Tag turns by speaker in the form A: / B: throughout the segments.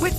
A: With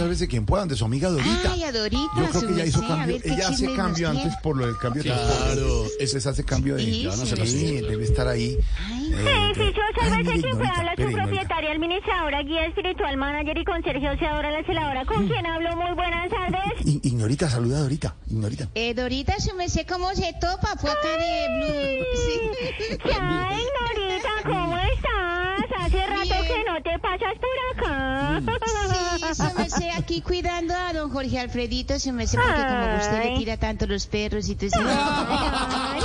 B: Sálvese quien pueda, de su amiga Dorita.
C: Ay, a Dorita,
B: Yo creo que ella hizo
C: súbese, a
B: cambio.
C: ver qué
B: Ella hace
C: chismes
B: cambio
C: nos
B: antes
C: tiene.
B: por lo del cambio de
D: Claro.
B: Entonces hace cambio de.
C: Sí, Ya van a hacer
B: Sí,
C: así.
B: debe estar ahí.
C: Ay.
B: Eh,
E: Sí, yo
B: ay,
E: soy
B: mire,
E: Beche, quien fue
B: ignorita,
E: habla
B: espere,
E: su
B: ignorita.
E: propietaria, administradora, guía espiritual, manager y conserje oseadora, la celadora, con quien hablo. Muy buenas tardes.
B: I- Ignorita, saluda a Dorita. Ignorita.
C: Eh, Dorita, yo me sé cómo se topa, fue acá de Blue. Sí.
E: ¿Qué hay, Norita? ¿Cómo estás? Hace rato
C: Bien.
E: que no te pasas por acá.
C: Sí, yo me sé aquí cuidando a don Jorge Alfredito, yo me sé porque como usted le
E: Ay.
C: tira tanto los perros y todo eso.
B: Ah,
E: Ay,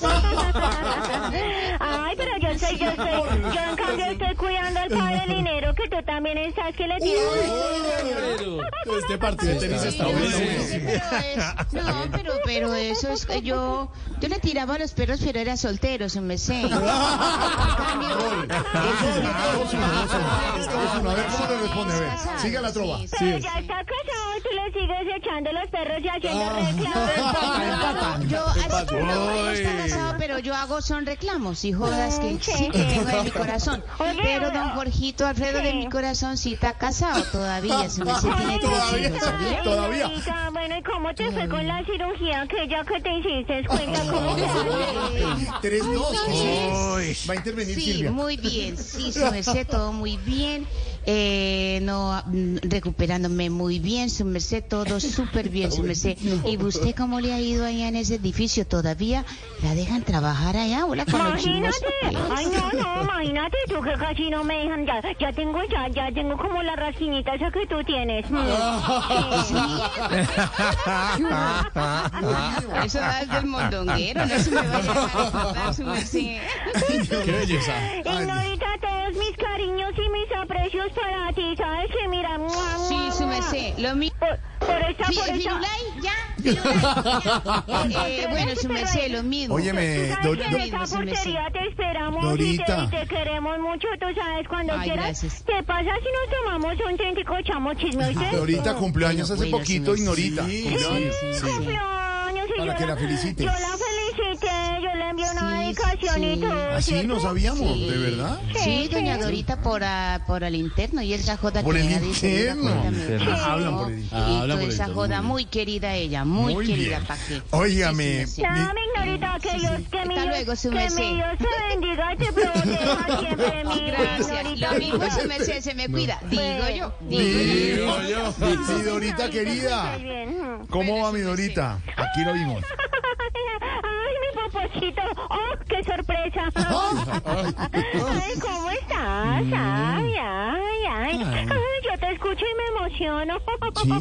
E: ay. Ay, pero yo soy, yo soy, yo en cambio estoy cuidando al padre dinero que tú también estás que le tiras.
D: Pero este partido de tenis está
C: Yo
D: bueno.
C: me sé, pero es- No, pero, pero eso es que yo, yo le tiraba a los perros, pero era soltero, yo me sé. ah,
B: A ver cómo le responde. A ver, siga la trova.
E: Pero ya está casado, tú le sigues echando los perros y
B: Ah.
E: haciendo
C: No, no,
E: reclamos.
C: Yo así no, él está casado, pero yo hago son reclamos y jodas que sí que tengo de mi corazón.
E: Ah, Oye, ah,
C: Pero don
E: oye.
C: Jorgito Alfredo de
E: Sí.
C: mi corazón sí está casado todavía, se me hace
E: Ay,
C: que-
B: Todavía,
E: Norita, ay,
B: todavía.
E: Norita, Bueno, ¿y cómo te fue con la cirugía que ya que te hiciste? Cuenta cómo te fue.
B: Tres, dos.
C: Ay.
B: Va a intervenir
C: Sí,
B: Silvia.
C: muy bien, sí, su merced, todo muy bien. Eh, no, mm, recuperándome muy bien, su merced, todo súper bien, su merced. ¿Y usted cómo le ha ido allá en ese edificio? ¿Todavía la dejan trabajar allá? Hola, con los chinos.
E: Imagínate, ay no, no, imagínate tú que casi no me dejan, ya, ya tengo, ya, ya tengo como la rasquiñita esa que tú tienes. Mm.
C: Eso da del mondonguero, no se me vaya a acordar, su merced.
D: Qué belleza.
E: Y Norita, todos mis cariños y mis aprecios para ti, sabes que mira, mua,
C: Sí,
E: mua,
C: su
E: mua.
C: merced, lo mismo.
E: Por, por esta,
C: Sí,
E: por esta.
C: Firulai, ya, Firulai, ya. Eh, bueno, su merced, lo mismo.
B: Óyeme,
E: Tú
B: Do-
E: sabes que
B: Do-
E: en esta
C: Dorita.
E: portería te esperamos
B: Dorita.
E: y te, y te queremos mucho, tú sabes, cuando
C: Ay,
E: quieras.
C: gracias.
E: ¿Te pasa si nos tomamos un téntico chamo chisme, oíste?
B: Dorita cumplió años hace
C: Bueno,
B: poquito,
C: sí,
B: Ignorita.
C: Sí, sí, sí.
E: Cumpleaños y
B: Para
E: yo
B: que la felicites.
E: Yo la felicité, yo le envié una
C: Sí,
E: dedicación y
C: sí.
E: todo.
B: Así
E: ¿cierto?
B: no sabíamos,
C: Sí.
B: ¿de verdad?
C: Sí, doña Dorita por, ah, por el interno y esa joda
B: Por
C: que
B: el
C: me ha dicho, oiga,
B: interno.
C: cuéntame,
B: Interno.
C: ¿no?
B: Hablan por el interno.
C: Y
D: Ah, Hablan
C: toda
D: por el
C: esa
D: interno,
C: joda muy querida ella, muy,
B: Muy
C: querida
B: bien.
C: pa' qué.
B: Óigame,
C: Sí, sí, sí.
E: Dame, ignorita, que Dios, que mi
C: Hasta
E: Dios,
C: luego, su
E: que
C: merced.
E: mi Dios te bendiga y te proteja siempre, mi
C: Gracias.
E: ignorita.
C: Lo mismo se me, se, se me cuida. Digo yo. Digo yo.
B: Digo yo. Mi Dorita querida.
E: Estás bien.
B: ¿Cómo va mi Dorita? Aquí lo vimos.
E: Ay, mi popochito. Oh, qué sorpresa. Ay, ¿cómo estás? Ay, ay, ay. Ay, yo te escucho y me emociono.
B: Sí.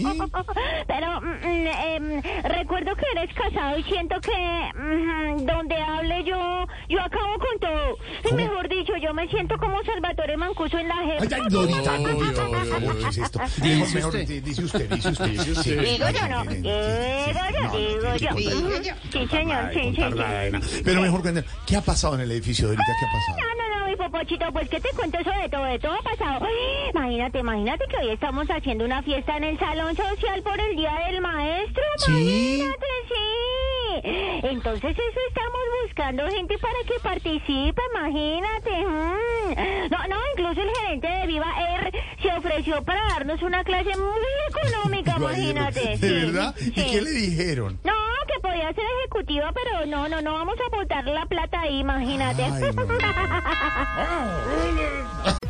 E: Pero mm, mm, em, recuerdo que eres casado y siento que mm, donde hable yo, yo acabo con todo. Mejor dicho, yo me siento como Salvatore Mancuso en la
B: Ay,
E: jefa.
B: ay, Dorita,
D: Oy,
B: no,
D: oy,
B: por
D: oy,
B: favor,
D: oy.
B: ¿qué es esto?
D: Dice
B: Mejor, mejor,
D: usted.
B: di- dice usted, dice usted, dice usted.
E: Digo yo no,
B: Sí, sí, sí.
E: digo yo,
B: No,
E: digo
B: no tiene
E: yo.
B: que
C: Digo
B: contar-
C: yo.
E: eh, Sí, señor,
B: nada de
E: sí, sí,
B: contar
E: sí.
B: nada de nada. Pero mejor cuéntenos, ¿qué ha pasado en el edificio, Dorita? ¿Qué ha pasado?
E: No, no, no, mi popochito, pues que te cuento eso de todo, de todo ha pasado. Ay, Imagínate, imagínate que hoy estamos haciendo una fiesta en el salón social por el Día del Maestro.
B: Sí.
E: Imagínate, sí. Entonces eso estamos buscando gente para que participe, imagínate. mm. No, no, incluso el gerente de Viva Air se ofreció para darnos una clase muy económica,
B: ¿De
E: imagínate. sí,
B: verdad? ¿Y
E: sí.
B: qué le dijeron?
E: No, que podía ser ejecutiva, pero no, no, no vamos a botar la plata ahí, imagínate.
B: Ay,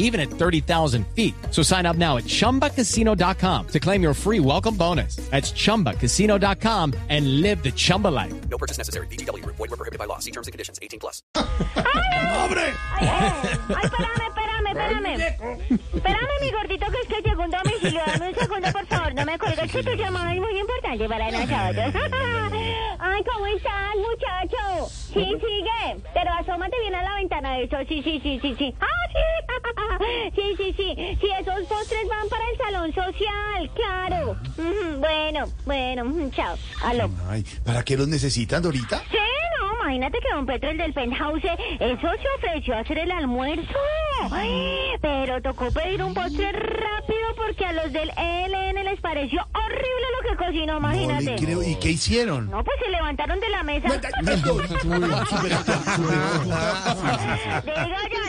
F: even at 30,000 feet. So sign up now at ChumbaCasino.com to claim your free welcome bonus. That's ChumbaCasino.com and live the Chumba life.
G: No purchase necessary. BGW. Void were prohibited by law. See terms and conditions. 18 18 plus.
B: ¡Hombre!
E: Ay, ay, espérame, espérame, espérame. Espérame, mi gordito, que es que llegó un domicilio. Dame un segundo, por favor. No me colgues, que tu llamada es muy importante para nosotros. Ay, ¿cómo estás, muchacho? Sí, sigue. Pero asómate bien a la ventana de eso. Sí, sí, sí, sí, sí. Ah, sí. Sí, sí, sí. Sí, esos postres van para el salón social, claro. Ujú, Bueno, bueno, ujú, chao. Aló.
B: Ay, ¿para qué los necesitan, Dorita?
E: Sí, no, imagínate que don Petro, el del penthouse, eso se ofreció a hacer el almuerzo. Ay, pero tocó pedir un postre rápido porque a los del ELN les pareció horrible lo que cocinó,
B: No le
E: imagínate.
B: creo. ¿Y qué hicieron?
E: No, pues se levantaron de la mesa.
B: Cuenta- Dorita,
E: Digo yo,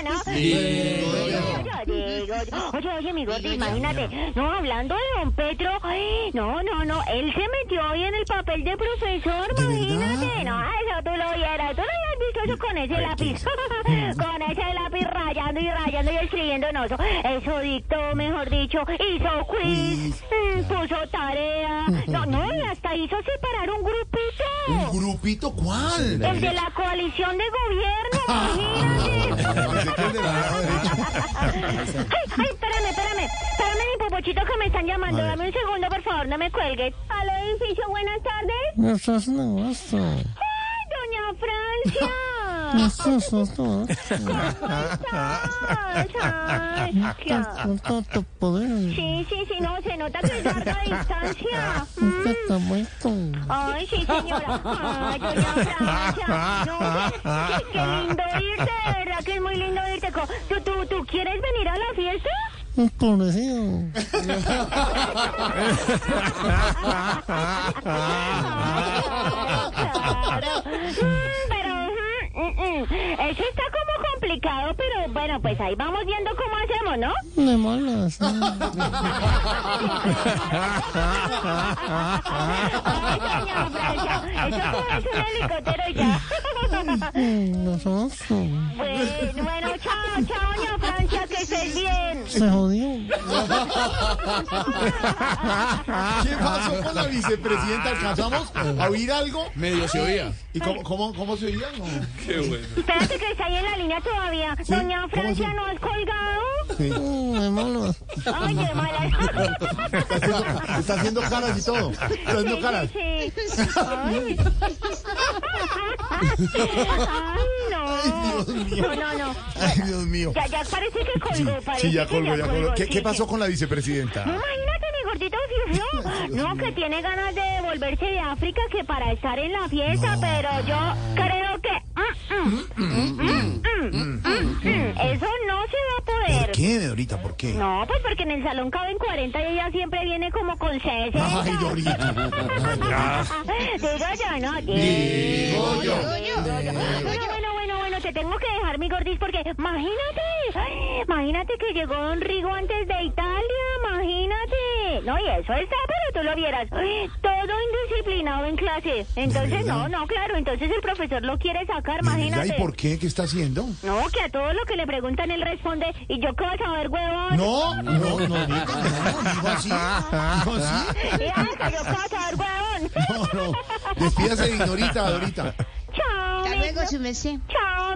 E: ¿no? Digo yo, digo yo. Oye, oye, mi gordo, imagínate. No, hablando de don Petro, ay, no, no, no, él se metió hoy en el papel de profesor,
B: ¿De
E: imagínate.
B: verdad?
E: No, eso tú lo vieras, tú lo habías visto eso con ese lápiz. con ese lápiz rayando y rayando y escribiendo, no, eso, eso dictó, mejor dicho, hizo quiz,
B: Quiz.
E: mm, puso tarea. No, no, y hasta hizo separar un grupito.
B: ¿Un grupito cuál?
E: El de la coalición de gobierno, imagínate. Ay, ay, espérame, espérame. Espérame, mi popochito, que me están llamando. Dame un segundo, por favor, no me cuelgues. Aló, edificio, buenas tardes.
H: Me estás negando.
E: Ay, doña Francia.
H: Me estás negando.
E: Ay, ay, qué-
H: Tanto poder.
E: Sí, sí, sí, no, se nota que es larga distancia. Mm.
H: Te muerto.
E: Ay, sí, señora. Ay, doña Francia. No, qué, qué- qué lindo irte, de verdad que es muy lindo irte. Co- ¿Tú, tú, ¿Tú quieres venir a la fiesta?
H: Empobrecido.
E: Claro. Mm, Pero mm, mm, mm. eso está como complicado, pero bueno, pues ahí vamos viendo cómo hacemos, ¿no?
H: Me molas. ¿no?
E: Ay, doña Francia, eso todo es un helicóptero ya.
H: Me abrazo.
E: Bueno, bueno, chao, chao, doña Francia, que estés bien.
H: Se jodió.
B: ¿Qué pasó con la vicepresidenta? ¿Alcanzamos a oír algo?
D: Medio se oía.
B: ¿Y cómo, cómo, cómo se oía? No.
E: Espérate que está ahí en la línea todavía. Doña
B: ¿Cómo
E: Francia,
B: así?
E: ¿no has colgado?
H: Me molas.
E: Ay, qué mala.
B: Está haciendo, está haciendo caras y todo. Está haciendo caras.
E: Sí, sí, sí. Ay. Ay, no. No, no, no.
B: Ay, Dios mío.
E: Ya, ya parece que
B: Sí,
E: colgó. parece
B: sí, ya
E: que
B: colgó, ya colgó. ¿Qué,
E: sí,
B: qué
E: sí.
B: pasó con la vicepresidenta?
E: Imagínate, mi gordito fijo. No, que tiene ganas de devolverse de África que para estar en la fiesta, pero yo creo que. mm, mm, mm, mm, mm, mm, Eso no se va a poder.
B: ¿Por qué, Dorita? ¿Por qué?
E: No, pues porque en el salón caben 40 y ella siempre viene como con 60.
B: Ay, Dorita.
E: Digo yo, no. Digo yo. Bueno, bueno, bueno, bueno, te tengo que dejar mi gordis porque imagínate, ay, imagínate que llegó Don Rigo antes de Italia, imagínate. No, y eso está, pero tú lo vieras. Ay, Todo indisciplinado en clase. Entonces, no, no, claro, entonces el profesor lo quiere sacar, imagínate.
B: ¿Y por qué? ¿Qué está haciendo?
E: No, que a todo lo que le preguntan él responde, y yo qué vas a ver, huevón.
B: No, no, no, digo, no, digo así. Digo así.
E: Y, ay, que yo qué vas a ver, huevón.
B: No, no. Despídase de Dorita, Dorita.
E: Chao,
C: Hasta
E: mi-
C: luego, su merced.
E: Chao,